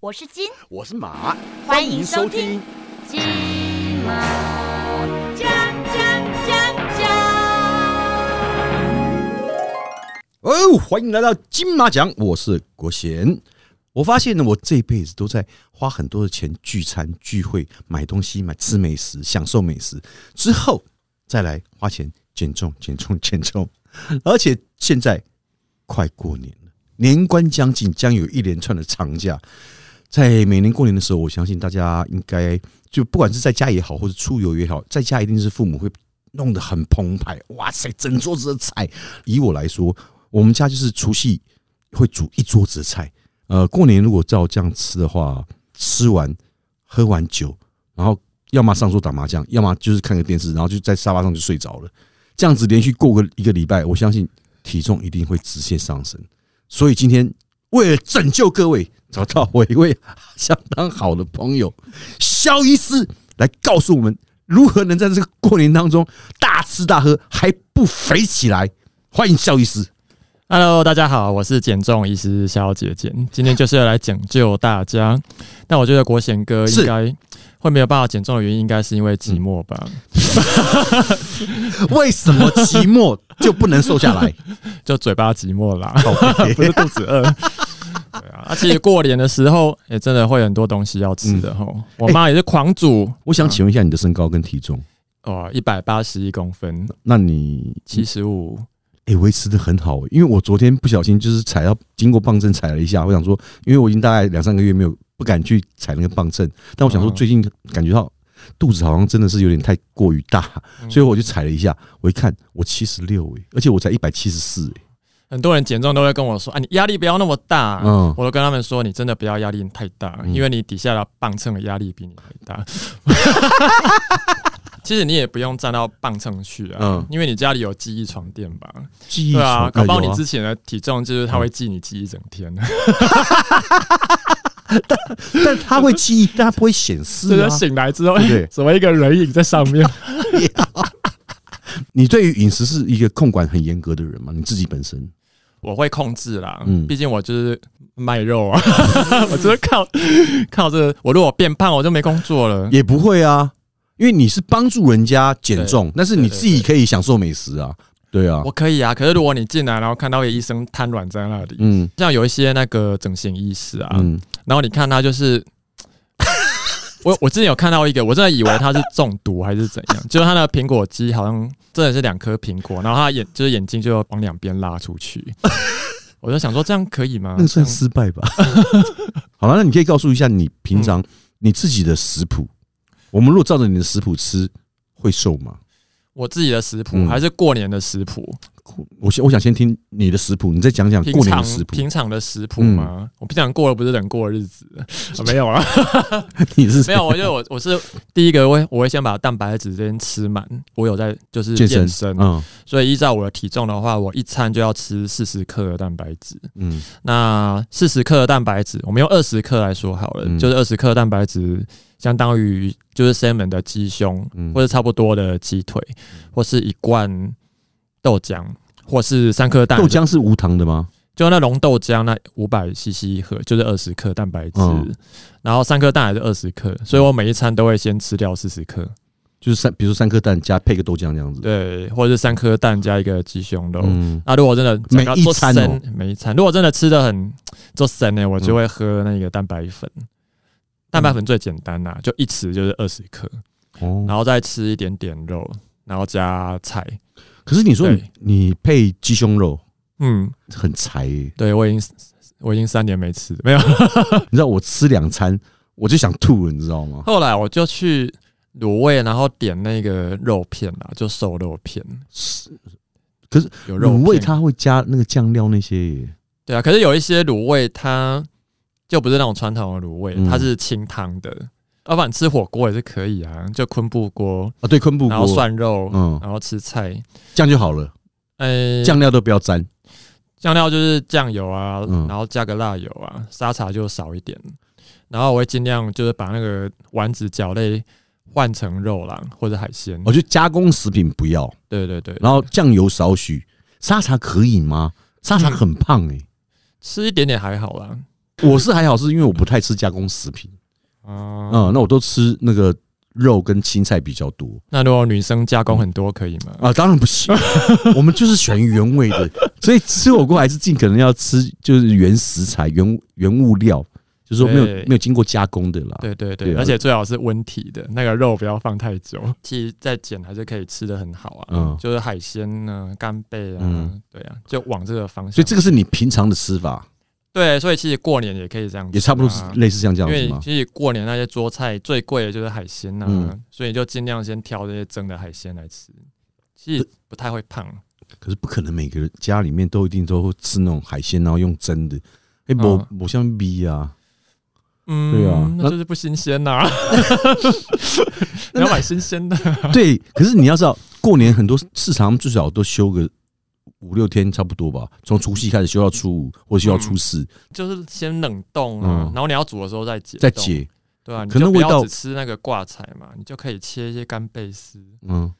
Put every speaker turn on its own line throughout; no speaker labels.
我是金，
我是马，
欢迎收听金马讲讲讲讲。
哦，欢迎来到金马奖，我是国贤。我发现呢，我这一辈子都在花很多的钱聚餐、聚会、买东西、买吃美食、享受美食，之后再来花钱减重、减重、减重。 而且现在快过年了，年关将近，将有一连串的长假。在每年过年的时候，我相信大家应该就不管是在家也好，或者出游也好，在家一定是父母会弄得很澎湃，哇塞，整桌子的菜。以我来说，我们家就是除夕会煮一桌子的菜。呃，过年如果照这样吃的话，吃完喝完酒，然后要么上桌打麻将，要么就是看个电视，然后就在沙发上就睡着了。这样子连续过个一个礼拜，我相信体重一定会直线上升。所以今天为了拯救各位，找到我一位相当好的朋友肖医师来告诉我们如何能在这个过年当中大吃大喝还不肥起来。欢迎肖医师。
Hello，大家好，我是减重医师肖姐姐，今天就是要来拯救大家。 但我觉得国贤哥
是
应该会没有办法减重的原因，应该是因为寂寞吧？
为什么寂寞就不能瘦下来？
就嘴巴寂寞啦，
靠北
不是肚子饿。对啊，而且过年的时候也真的会有很多东西要吃的吼。我妈也是狂煮，
我想请问一下你的身高跟体重，
哦，一百八十一公分，
那你
七十五，
诶维持的很好、因为我昨天不小心就是踩到，经过磅秤踩了一下，我想说，因为我已经大概两三个月没有不敢去踩那个磅秤，但我想说
嗯
最近感觉到肚子好像真的是有点太过于大，
嗯
所以我就踩了一下，我一看我七十六诶，而且我才一百七十四诶，
很多人减重都会跟我说：“啊，你压力不要那么大。”
嗯
我都跟他们说：“你真的不要压力太大，
嗯
因为你底下的磅秤的压力比你还大。 其实你也不用站到磅秤去啊，
嗯
因为你家里有记忆床垫吧？
记忆
对啊，
床
搞不好
哎有嗯
你
啊
之前的体重就是它会记你记一整天，
但它会记忆，但它不会显 示
就是
啊。
醒来之后
对不对，
怎么一个人影在上 面？
你对于饮食是一个控管很严格的人吗？你自己本身
我会控制啦，
嗯
毕竟我就是卖肉啊， 我就是靠靠这个我如果变胖，我就没工作了。
也不会啊，因为你是帮助人家减重，但是你自己可以享受美食啊，对啊
我，可以啊，可是如果你进来，然后看到一个医生瘫软在那里，
嗯
像有一些那个整形医师啊，
嗯，
然后你看他就是， 我我之前有看到一个，我真的以为他是中毒还是怎样，就是他的苹果肌好像真的是两颗苹果，然后他眼就是眼睛就往两边拉出去， 我就想说这样可以吗？
那个算
这样
失败 吧。好了，那你可以告诉一下你平常
嗯
你自己的食谱，我们如果照着你的食谱吃，会瘦吗？
我自己的食谱、
嗯
还是过年的食谱，
我先我想先听你的食谱，你再讲讲
平
啊过年
常
的食谱。嗯
平常的食谱吗？我平常过的不是人过的日 子，啊没有啊。
你是
没有，我觉得我我是第一个我会我会先把蛋白质先吃满，我有在就是
健
健
身
身，
嗯
所以依照我的体重的话，我一餐就要吃四十克的蛋白质。
嗯
那四十克的蛋白质，我们用二十克来说好了，
嗯
就是二十克的蛋白质相当于就是 salmon 的鸡胸，
嗯
或者差不多的鸡腿，或是一罐豆浆，或是三颗蛋
豆浆是无糖的吗？
就那浓豆浆那五百 CC 一盒，就是二十克蛋白质，
嗯
然后三颗蛋还是二十克，所以我每一餐都会先吃掉四十克，
就是三，比如说三颗蛋加配个豆浆这样子。
对，或者是三颗蛋加一个鸡胸肉。
嗯，
那如果真的
每一餐哦嗯
做生每一餐，如果真的吃的很做神呢，我就会喝那个蛋白粉。蛋白粉最简单啦、就一匙就是二十克，
哦。
然后再吃一点点肉，然后加菜。
可是你说你
对
你配鸡胸肉
嗯，
很柴耶、
对我已经我已经三年没吃，没有。
你知道我吃两餐我就想吐了，你知道吗？
后来我就去卤味，然后点那个肉片啦，就瘦肉片，有肉片
卤味它会加那个酱料那些耶，
对啊，可是有一些卤味它就不是那种传统的卤味，
嗯
它是清汤的。啊要不然吃火锅也是可以啊，就昆布锅，
啊，对，昆布
然后
锅，
涮肉，
嗯，
然后吃菜。
这样就好了，
呃，
酱料都不要沾。
酱料就是酱油啊
嗯，
然后加个辣油啊，沙茶就少一点。然后我会尽量就是把那个丸子饺类换成肉啦，或者海鲜。
我觉得加工食品不要，
对对对，
哦然后酱油少许，沙茶可以吗？沙茶很胖哎、
吃一点点还好啦。
我是还好，是因为我不太吃加工食品，
啊。
嗯，那我都吃那个肉跟青菜比较多
那如果女生加工很多可以吗？
啊，当然不行，我们就是选原味的，所以吃火锅还是尽可能要吃就是原食材、原原物料，就是说没有
对
没有经过加工的啦。
对对
对
对，
啊
而且最好是温体的，那个肉不要放太久，其实再剪还是可以吃的很好啊。
嗯
就是海鲜呢、干贝啊
嗯，
对啊，就往这个方向。
所以这个是你平常的吃法，
对，所以其实过年也可以这样、啊，
也差不多是类似像这
因
样子
为
吗？
其实过年那些桌菜最贵的就是海鲜呐、
嗯
所以就尽量先挑这些蒸的海鲜来吃。其实不太会胖，
可是不可能每个人家里面都一定都会吃那种海鲜，然后用蒸的。哎、某
嗯
某像逼啊，
嗯，
对啊
那就是不新鲜呐、 你要买新鲜的，啊
对。可是你要知道，过年很多市场最少都休个五六天，差不多吧。从除夕开始休到初五，或
嗯
休到初四，
就是先冷冻啊，
嗯
然后你要煮的时候再解冻，
再解。
对啊，你
可能
就不
味道
要只吃那个挂菜嘛，你就可以切一些干贝丝，
嗯，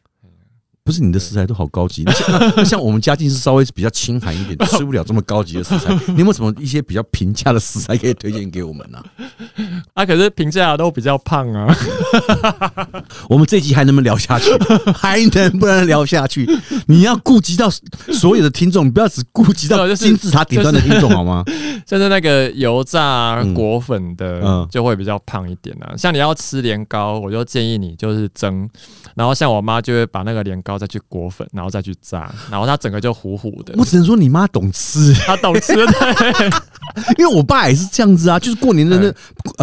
不是你的食材都好高级，像那像我们家境是稍微比较清寒一点， 吃不了这么高级的食材。你有没有什么一些比较平价的食材可以推荐给我们呢、
啊，可是评价都比较胖啊，
我们这集还能不能聊下去？还能不能聊下去？你要顾及到所有的听众，你不要只顾及
没
到
有啊就是
金字塔顶端的听众好吗？
就是那个油炸啊
嗯
裹粉的
嗯，
就会比较胖一点啊。像你要吃年糕，我就建议你就是蒸，然后像我妈就会把那个年糕再去裹粉，然后再去炸，然后它整个就糊糊的。
我只能说你妈懂吃，
她懂吃 的，
因为我爸也是这样子啊，就是过年的那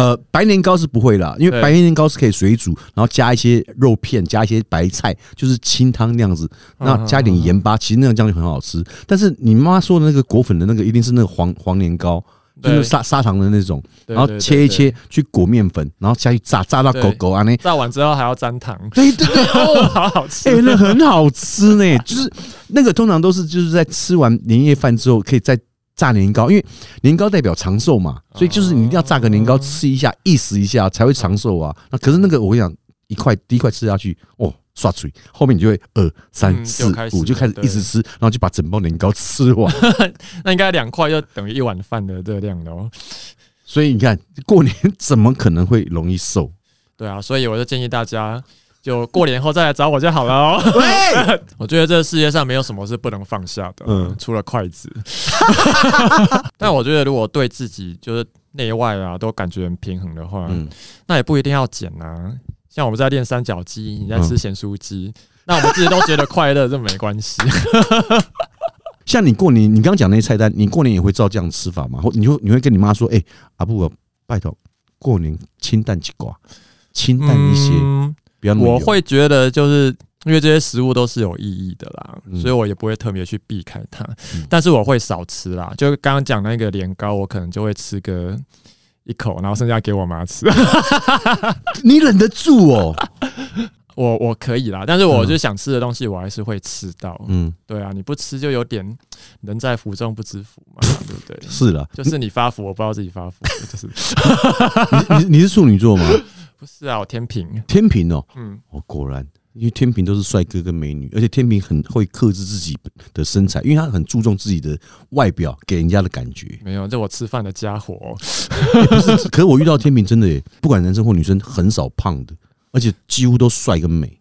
呃白年糕是不会啦，因为
对
白年糕是可以水煮，然后加一些肉片，加一些白菜，就是清汤那样子，
嗯
那加一点盐巴，其实那样这样就很好吃。但是你妈说的那个裹粉的那个，一定是那个黄黄年糕。就是
对
砂砂糖的那种，
对
然后
对对
切一
对
切去裹面粉，然后下去炸，炸到
对
狗狗啊那
炸完之后还要沾 糖，
对对对，哦，
好好吃。
哎、那很好吃呢、 就是那个通常都是就是在吃完年夜饭之后，可以再炸年糕，因为年糕代表长寿嘛，
哦
所以就是你一定要炸个年糕吃一下，意思一下才会长寿啊。那可是那个我跟你讲，一块第一块吃下去，哦，刷嘴，后面你就会二三
嗯
四
就开始
五就开始一直吃，然后就把整包年糕吃完。
那应该两块就等于一碗饭的热量了哦。
所以你看，过年怎么可能会容易瘦？
对啊，所以我就建议大家。就过年后再来找我就好了哦。
喂，
我觉得这世界上没有什么是不能放下的。
嗯，
除了 筷子。但我觉得，如果对自己就是内外啊都感觉很平衡的话，
嗯，
那也不一定要减啊。像我们在练三角肌，你在
嗯
吃咸酥鸡，那我们自己都觉得快乐，这没关 系。
像你过年，你刚刚讲那些菜单，你过年也会照这样吃法吗？或你会你会跟你妈说，哎、阿布、啊，拜托，过年清淡几寡，清淡一些，
嗯
不要那么油
我会觉得就是。因为这些食物都是有意义的啦，
嗯
所以我也不会特别去避开它，
嗯
但是我会少吃啦。就刚刚讲那个年糕，我可能就会吃个一口，然后剩下给我妈吃。
你忍得住哦，
我我可以啦，但是
嗯
我就想吃的东西，我还是会吃到。
嗯，
对啊，你不吃就有点人在福中不知福嘛， 对不对？
是啦，
就是你发福，我不知道自己发福，就是
你你你是处女座吗？
不是啊？我天平，
天平哦，
嗯，
哦，果然。因为天平都是帅哥跟美女，而且天平很会克制自己的身材，因为他很注重自己的外表给人家的感觉。
没有，这我吃饭的家伙，
欸不是，可是我遇到天平真的耶，不管男生或女生，很少胖的，而且几乎都帅跟美，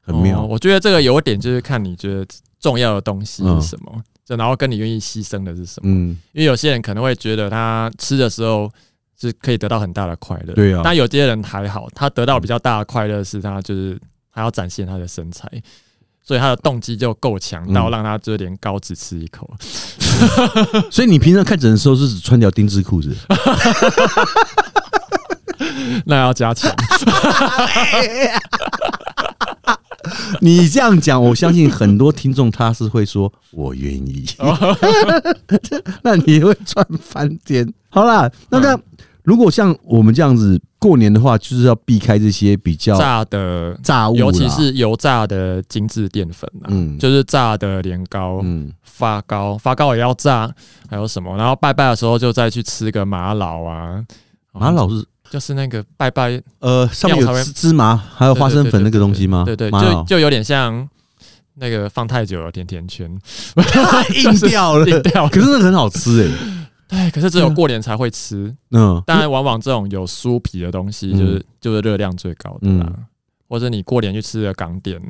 很
哦
妙。
我觉得这个有点就是看你觉得重要的东西
嗯
是什么，就然后跟你愿意牺牲的是什么。
嗯，
因为有些人可能会觉得他吃的时候是可以得到很大的快乐，
对啊
但有些人还好，他得到比较大的快乐是他就是他要展现他的身材，所以他的动机就够强
嗯
到让他就连糕只吃一口。
所以你平常看诊的时候是只穿条丁字裤 子，
那要加强，
你这样讲，我相信很多听众他是会说“我愿意”， 那你会赚翻天。好啦，那那
嗯
如果像我们这样子过年的话，就是要避开这些比较
炸的，
炸物啦，
尤其是油炸的精致淀粉啊，
嗯
就是炸的年糕、
嗯
发糕，发糕也要炸，还有什么？然后拜拜的时候就再去吃个玛瑙啊，
麻老师
就是那个拜拜
呃上面有
料稍微
芝芝麻还有花生粉那个东西吗？哦
对对，
麻
就
老
就有点像那个放太久了甜甜圈，
硬掉了，
硬掉了
可是那个很好吃哎，
对，可是只有过年才会吃。
嗯，
当然，往往这种有酥皮的东西，就是、就是热量最高的啦。
嗯
或者你过年去吃的港点，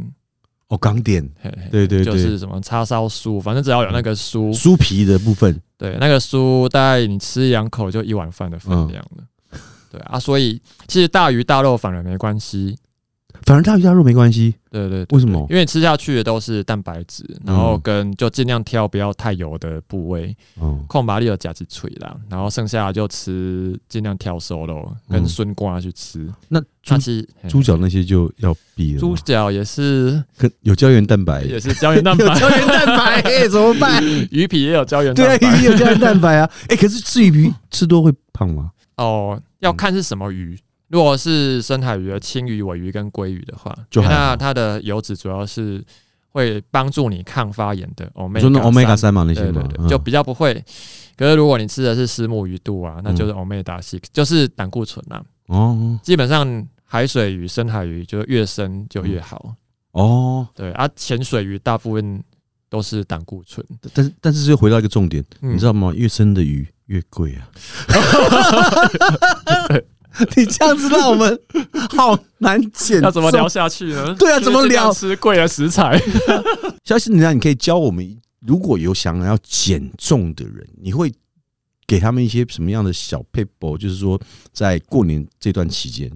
哦，港点
嘿嘿
对对
就
对
是什么叉烧酥，反正只要有那个酥，
酥皮的部分，
对，那个酥大概你吃两口就一碗饭的
嗯
分量了。对啊，所以其实大鱼大肉反而没关系。
反正大鱼大肉没关系，
对对对，
为什么？
因为吃下去的都是蛋白质，然后
嗯
跟就尽量挑不要太油的部位，
哦，
空把力有夹几脆啦，然后剩下的就吃尽量挑瘦肉跟
嗯
笋瓜去吃。
那
那
猪
其实嘿
猪脚那些就要避了
猪
嘛，
脚也是
可有胶原蛋白，
也是胶原 蛋
有胶
白，
原蛋白欸怎么办？
鱼皮也有胶原
对啊
蛋，白。
鱼有胶原蛋白啊，哎，可是吃鱼吃多会胖吗？
哦，要看是什么鱼。如果是深海鱼的青鱼、尾鱼跟鲑鱼的话，
就还好
那它的油脂主要是会帮助你抗发炎的
你说那 omega
omega
三嘛那些
对对
嘛，
对，
嗯
就比较不会。可是如果你吃的是石目鱼肚
嗯
啊，那就是 omega six，就是胆固醇啊。
哦
基本上海水鱼、深海鱼就是越深就越好。
哦，
对啊，浅水鱼大部分都是胆固醇。
但是但是又回到一个重点，
嗯
你知道吗？越深的鱼越贵 啊！你这样子让我们好难解，
要怎么聊？下去呢？
对啊
就是
怎么聊
尽量吃贵的食材？
相信你啊，你可以教我们，如果有想要减重的人，你会给他们一些什么样的小 p a p e 就是说，在过年这段期间，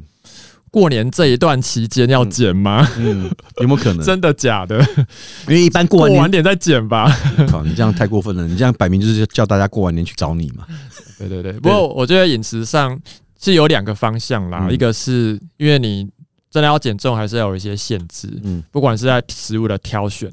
过年这一段期间要减吗？
嗯， 有没有可能？
真的假的？
因为一般过
过
完
完
年，
年再减吧。
靠，你这样太过分了，你这样摆明就是叫大家过完年去找你嘛。
对对对，不过我觉得饮食上是有两个方向啦，
嗯
一个是因为你真的要减重，还是要有一些限制。
嗯，
不管是在食物的挑选，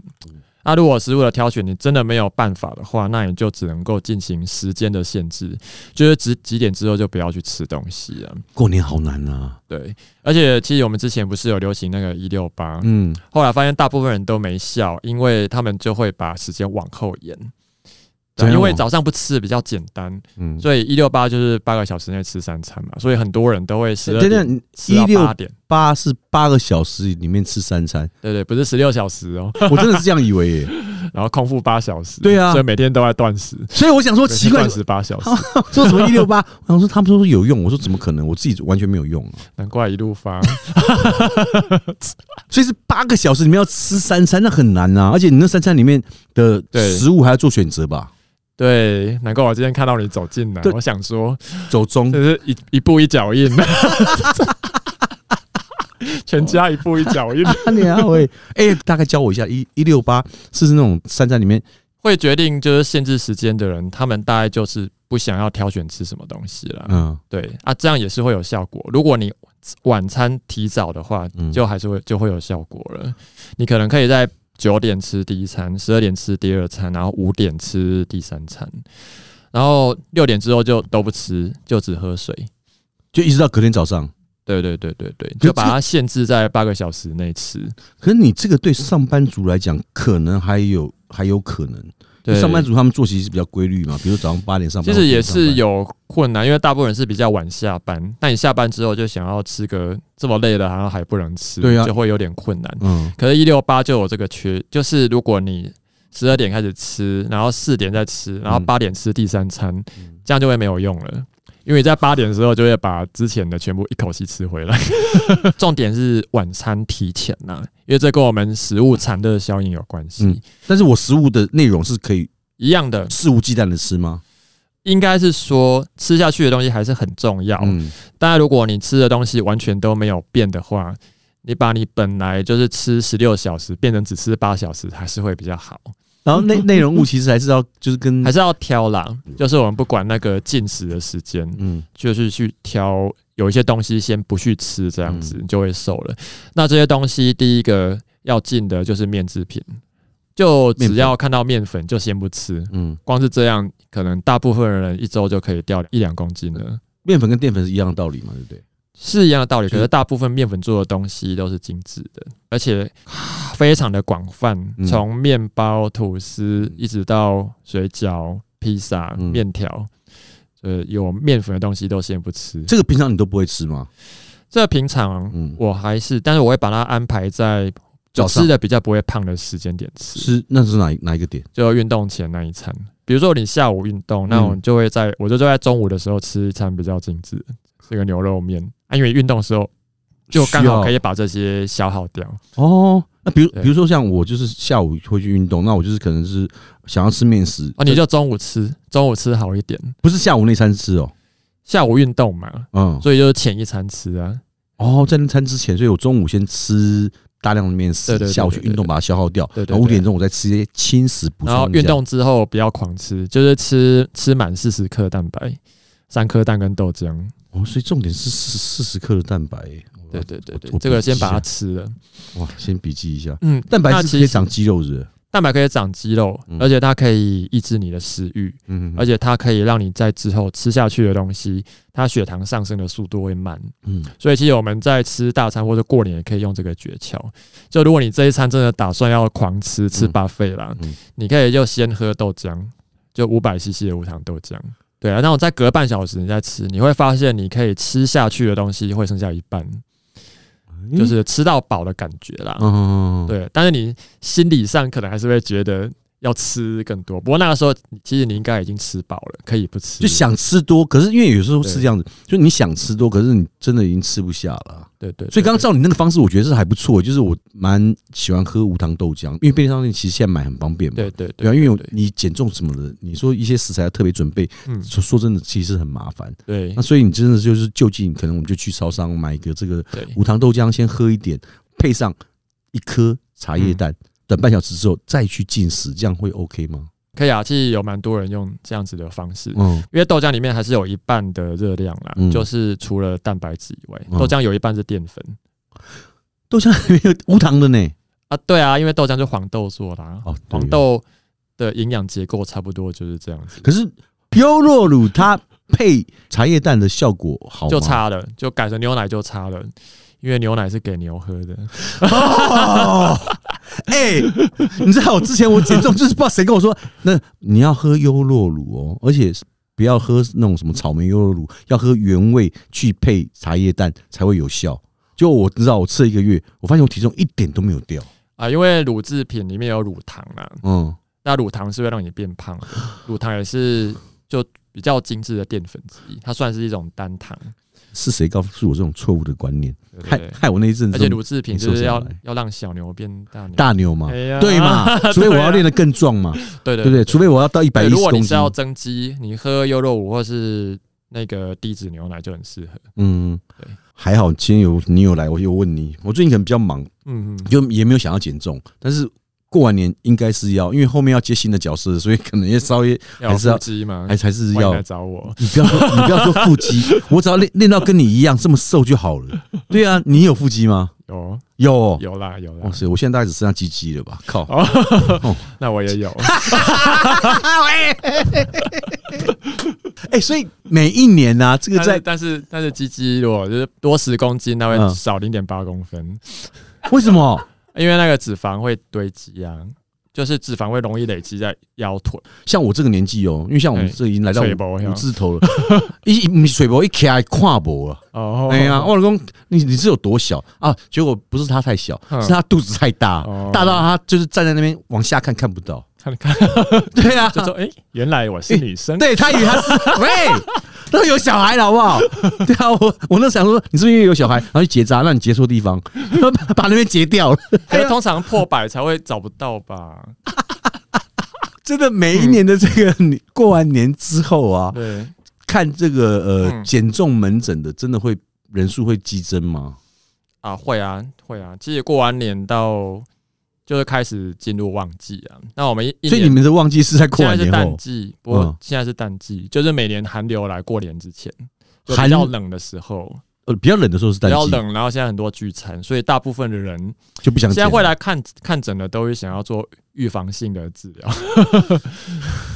那如果食物的挑选你真的没有办法的话，那你就只能够进行时间的限制，就是几几点之后就不要去吃东西啊。
过年好难啊。
对，而且其实我们之前不是有流行那个一六八，
嗯，
后来发现大部分人都没效，因为他们就会把时间往后延。
怎
对，啊
样
因为
往
早上不吃比较简单，
嗯，
所以一六八就是八个小时内吃三餐嘛，所以很多人都会十二
等
点
等，
吃
一
到
六
八点，
八是八个小时里面吃三餐，
对对，不是十六小时哦，
我真的是这样以为耶。
然后空腹八小时，
对啊
所以每天都在断食，
所以我想说奇怪
断，食八小时，
说什么一六八？我想说他们说有用，我说怎么可能？我自己完全没有用啊。
难怪一路发。
所以是八个小时里面要吃三餐，那很难啊。而且你那三餐里面的
对
食物还要做选择吧，
对，难怪我今天看到你走进来
对，
我想说，
走中
这是一一步一脚印， 全家一步一脚 印，
啊你啊喂，哎，大概教我一下一一六八是那种三餐里面
会决定就是限制时间的人，他们大概就是不想要挑选吃什么东西啦。
嗯
对啊，这样也是会有效果。如果你晚餐提早的话
嗯，
就还是会就会有效果了。你可能可以在九点吃第一餐，十二点吃第二餐，然后五点吃第三餐，然后六点之后就都不吃，就只喝水。
就一直到隔天早上。
对对对对对，
这
就把它限制在八个小时内吃。
可是你这个对上班族来讲，可能还有还有可能。
对，
上班族他们作息是比较规律嘛，比如早上八点上
其
班，
实也是
有。
有困难，因为大部分人是比较晚下班。那你下班之后就想要吃个这么累了，然后还不能吃，
对啊
就会有点困难。
嗯
可是，一六八就有这个缺，就是如果你十二点开始吃，然后四点再吃，然后
嗯
八点吃第三餐，
嗯
这样就会没有用了。因为你在八点的时候就会把之前的全部一口气吃回 来。重点是晚餐提前呐、因为这跟我们食物产热效应有关系。
嗯但是我食物的内容是可以
一样的，
肆无忌惮的吃吗？
应该是说吃下去的东西还是很重要。
嗯，
当然，如果你吃的东西完全都没有变的话，你把你本来就是吃十六小时变成只吃八小时，还是会比较好。
然后内内容物其实还是要就是跟
还是要挑啦，就是我们不管那个进食的时间，
嗯
就是去挑有一些东西先不去吃，这样子你就会瘦了。那这些东西第一个要进的就是面制品，就只要看到面粉就先不吃，
嗯，
光是这样，可能大部分人一周就可以掉一两公斤了。
面粉跟淀粉是一样的道理嘛，对不对？
是一样的道理，
是
可是大部分面粉做的东西都是精致的，而且非常的广泛
嗯，
从面包、吐司一直到水饺、披萨、
嗯
面条，呃，有面粉的东西都先不吃。
这个平常你都不会吃吗？
这平常
嗯，
我还是，但是我会把它安排在
早
就
上
吃的比较不会胖的时间点吃，
是那是哪一哪一个点？
就运动前那一餐。比如说你下午运动，那我
嗯
就会在、我就在中午的时候吃一餐比较精致的，这个牛肉面啊，因为运动的时候就刚
需要
好可以把这些消耗掉。
哦。那比如
对
比如说像我就是下午会去运动，那我就是可能是想要吃面食
哦，你就中午吃，中午吃好一点，
不是下午那餐吃哦，
下午运动嘛，
嗯，
所以就是前一餐吃啊。
哦，在那餐之前，所以我中午先吃大量的面食
对对，对
下午去
对对
运动把它消耗掉，
对对
然哦后五
对
点钟我再吃一些轻食补充
然后
一下
运动之后不要狂吃，就是吃吃满四十克蛋白，三颗蛋跟豆浆。
哦，所以重点是四四十克的蛋白，
对对对对
我，
这个先把
我
它
笔
吃了。
记一下哇，先笔记一下，
嗯，
蛋白
那
质
其
可以
实
长肌肉是不是，
蛋白可以长肌肉，
嗯
而且它可以抑制你的食欲，
嗯，
而且它可以让你在之后吃下去的东西，它血糖上升的速度会慢。
嗯，
所以其实我们在吃大餐或者过年也可以用这个诀窍。就如果你这一餐真的打算要狂吃吃
嗯
buffet 啦，
嗯
你可以就先喝豆浆，就五百 CC 的无糖豆浆。对啊，那我在隔半小时你再吃，你会发现你可以吃下去的东西会剩下一半，就
诶，
是吃到饱的感觉啦。
嗯，
对，但是你心理上可能还是会觉得要吃更多。不过那个时候，其实你应该已经吃饱了，可以不吃。
就想吃多，可是因为有时候是
对
这样子，就你想吃多，可是你真的已经吃不下了。
对对对
所以刚刚照你那个方式，我觉得是还不错，就是我蛮喜欢喝无糖豆浆，因为便利商店其实现在买很方便嘛。
对对
对啊，因为有
对
你减重什么的，你说一些食材要特别准备，
嗯
说说真的，其实很麻烦。
对
那所以你真的就是就近，可能我们就去超商买一个这个
对
无糖豆浆，先喝一点，配上一颗茶叶蛋，
嗯
等半小时之后再去进食，这样会 OK 吗？
可以啊，其实有蛮多人用这样子的方式，
嗯，
因为豆浆里面还是有一半的热量啦，
嗯
就是除了蛋白质以外，
嗯
豆浆有一半是淀粉
豆浆里面有无糖的呢。
啊。对啊，因为豆浆就黄豆做啦，
哦，对
黄。豆的营养结构差不多就是这样子，
可是优酪乳它配茶叶蛋的效果好吗
就差了，就改成牛奶就差了，因为牛奶是给牛喝的。
哦。哎、你知道我之前我减重就是不知道谁跟我说，那你要喝优酪乳哦，而且不要喝那种什么草莓优酪乳，要喝原味去配茶叶蛋才会有效。就我知道，我吃了一个月，我发现我体重一点都没有掉。
啊，因为乳制品里面有乳糖啊啦，
嗯，
那乳糖是会让你变胖的，乳糖也是就比较精致的淀粉之一，它算是一种单糖，
是谁告诉我这种错误的观念？
对不
害
对？
害我那一阵
而且
子
乳制品就
你瘦
是
下
要
来
要让小牛变大牛，
大牛嘛
哎，呀
对？嘛，所以我要练得更壮嘛，
啊对
对
对
不对？除非我要到一百
对
一
如
十
果
公
你是
斤，
要增肌，你喝优酪乳或是那个低脂牛奶就很适合。
嗯
对，
还好今天有你有来，我就问你，我最近可能比较忙，
嗯嗯，
就也没有想要减重，但是过完年应该是要，因为后面要接新的角色，所以可能也稍微
要
还是要
腹肌嘛，
还还是
欢迎
要
来。找我。
你不要 说，你不要说腹肌，我只要练练到跟你一样这么瘦就好了。对啊，你有腹肌吗？
有
有哦。
有啦有啦
哇，塞，我现在大概只剩下鸡鸡了吧？ 靠！
那我 也有。
哎，所以每一年呢、啊，这个
但是
在
但是但是鸡鸡如果就是多十公斤，那
嗯
会少零点八公分。
为什么？
啊因为那个脂肪会堆积啊，就是脂肪会容易累积在腰臀。
像我这个年纪哦，因为像我们
哎
这已经来到
水薄
五
呀
五字头了， 一不是水博一开跨博了。
哦
哎呀，，我老公，你你是有多小啊？结果不是他太小，
嗯
是他肚子太大，
哦
大到他就是站在那边往下看看不 到。
看看
对啊，
就说，哎、原来我是女生。
对他以为他是 喂，都有小孩了好不 好？对啊，我我那时候想说，你是不是因为有小孩，然后去结扎，让你结错地方， 把把那边结掉了。
可是通常破百才会找不到吧？
真的，每一年的这个你过完年之后啊，
对，
看这个呃
嗯
减重门诊的，真的会人数会激增吗？
啊，会啊，会啊。其实过完年到就是开始进入旺季啊。那我们一一
所以你
年
们的旺季是在过
现
完
在是
年
淡
后，
季，不过
嗯
现在是淡季，就是每年寒流来过年之前，就
寒
比较冷的时候，
呃，比较冷的时候是
比
淡
较
季，
冷，然后现在很多聚餐，所以大部分的人
就不想
现在
减
会来看看诊的，都会想要做预防性的治疗，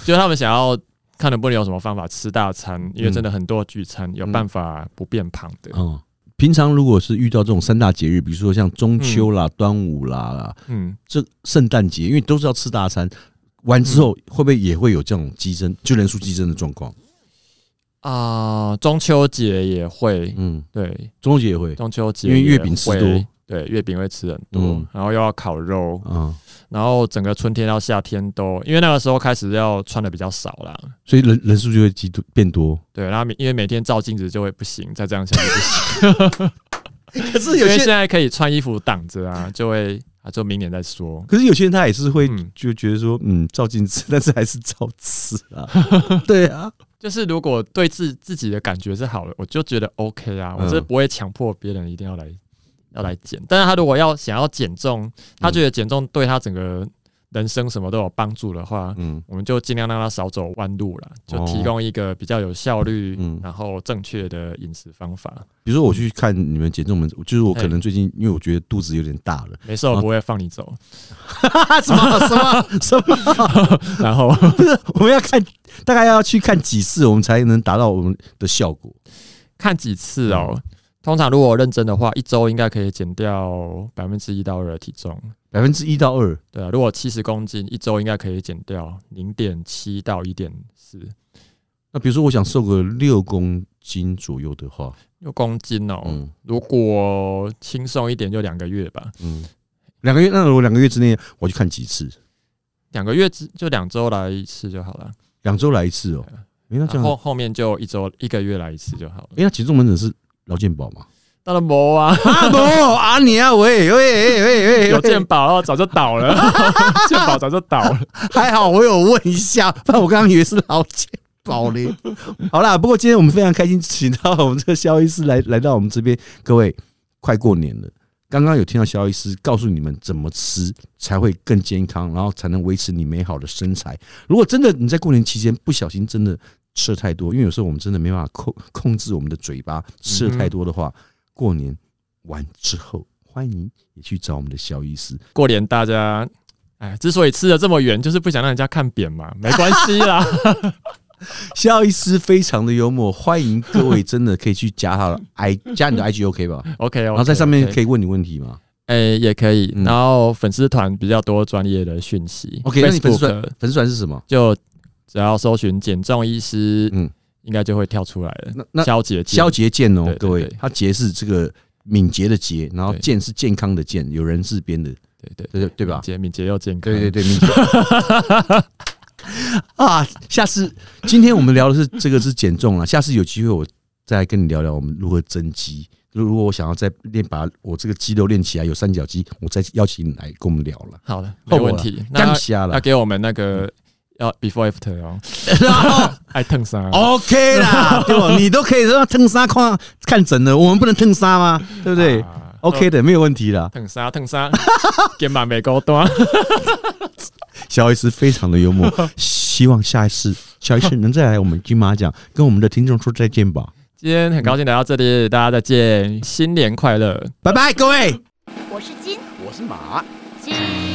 就是他们想要看能不能有什么方法吃大餐，因为真的很多聚餐有办法不变胖的。
嗯，平常如果是遇到这种三大节日，比如说像中秋啦、端午啦、
嗯，
这圣诞节，因为都是要吃大餐，完之
嗯
后会不会也会有这种激增，就人数激增的状况？
啊、中秋节也会，
嗯，
对，
中秋节也会，
中秋节
因为
也
月饼吃
会
多，
对，月饼会吃很多，
嗯
然后又要烤肉，
啊，
然后整个春天到夏天都，因为那个时候开始要穿的比较少啦，
所以人人数就会极度变多。
对，然后每因为每天照镜子就会不行，再这样下去不行，
可是
因为现，在可以穿衣服挡 着啊，就会啊，就明年再说。
可是有些人他也是会
嗯
就觉得说，嗯，照镜子， 但是还是照吃啊。 对啊，
就是如果对自自己的感觉是好的，我就觉得 OK 啊，我
嗯
是不会强迫别人一定要来要来减。但是他如果要想要减重，他觉得减重对他整个人生什么都有帮助的话，
嗯
我们就尽量让他少走弯路啦，就提供一个比较有效率，
哦嗯
然后正确的饮食方法。
比如说我去看你们减重门诊，就是我可
嘿
能最近因为我觉得肚子有点大了，
没事，我不会放你走。
什么什么什么，
然后
我们要看大概要去看几次，我们才能达到我们的效果。
看几次哦。通常如果认真的话，一周应该可以减掉百分之一到二的体重。
百分之一到二，
对啊，如果七十公斤，一周应该可以减掉零点七到一点四
那比如说我想瘦个六公斤左右的话，
六公斤哦。
嗯
如果轻松一点，就两个月吧。
嗯，两个月，那我两个月之内我去看几次，
两个月之就两周来一次就好了，
两周来一次哦、诶
对啊
那这
然
样，
后
诶，
后面就一周一个月来一次就好了。
那减重门诊是劳健保吗？
当然没啊，
啊不，啊你啊喂喂喂喂
有健保哦，早就倒了，健保早就倒了。
还好我有问一下，不然我刚刚以为是劳健保嘞。好啦，不过今天我们非常开心，请到我们这个肖医师来来到我们这边。各位，快过年了，刚刚有听到肖医师告诉你们怎么吃才会更健康，然后才能维持你美好的身材。如果真的你在过年期间不小心真的吃了太多，因为有时候我们真的没办法控控制我们的嘴巴，吃了太多的话，过年完之后。欢迎也去找我们的肖医师，
过年大家，哎，之所以吃的这么远，就是不想让人家看扁嘛，没关系啦。
肖医师非常的幽默，欢迎各位真的可以去加他的 I 加你的 IG OK 吧，
OK，
然后在上面可
以，
以问你问题吗
哎、也可以。
嗯
然后粉丝团比较多专业的讯息。
？OK，那你粉丝
Facebook
团粉丝团是什么？
就只要搜寻减重医师，
嗯
嗯，应该就会跳出来了。
那那
消解剂
肖杰健哦
对，对
各位
对，
他杰是这个敏捷的捷，然后
对
健是健康的健，有人字边的，
对对
对对对吧
敏？捷敏捷又健康，
对对对，敏捷。嗯 啊，下次今天我们聊的是这个是减重了，啊下次有机会我再来跟你聊聊我们如何增肌。如如果我想要再练把我这个肌肉练起来，有三角肌，我再邀请你来跟我们聊了。
好的，
够
没
了
问题。
干
那
瞎了
要，给我们那个要 before after 哦， 爱烫伤哦
OK 啦，对吧？你都可以说腾沙看看诊了，我们不能腾沙吗？对不对、
啊
o k 的，没有问题啦。
烫伤烫伤，肩膀没够端。
肖医师非常的幽默，希望下一次肖医师能再来我们金马奖跟我们的听众说再见吧。
今天很高兴来到这里，大家再见，新年快乐。
拜拜，各位。
我是金
我是马。
金。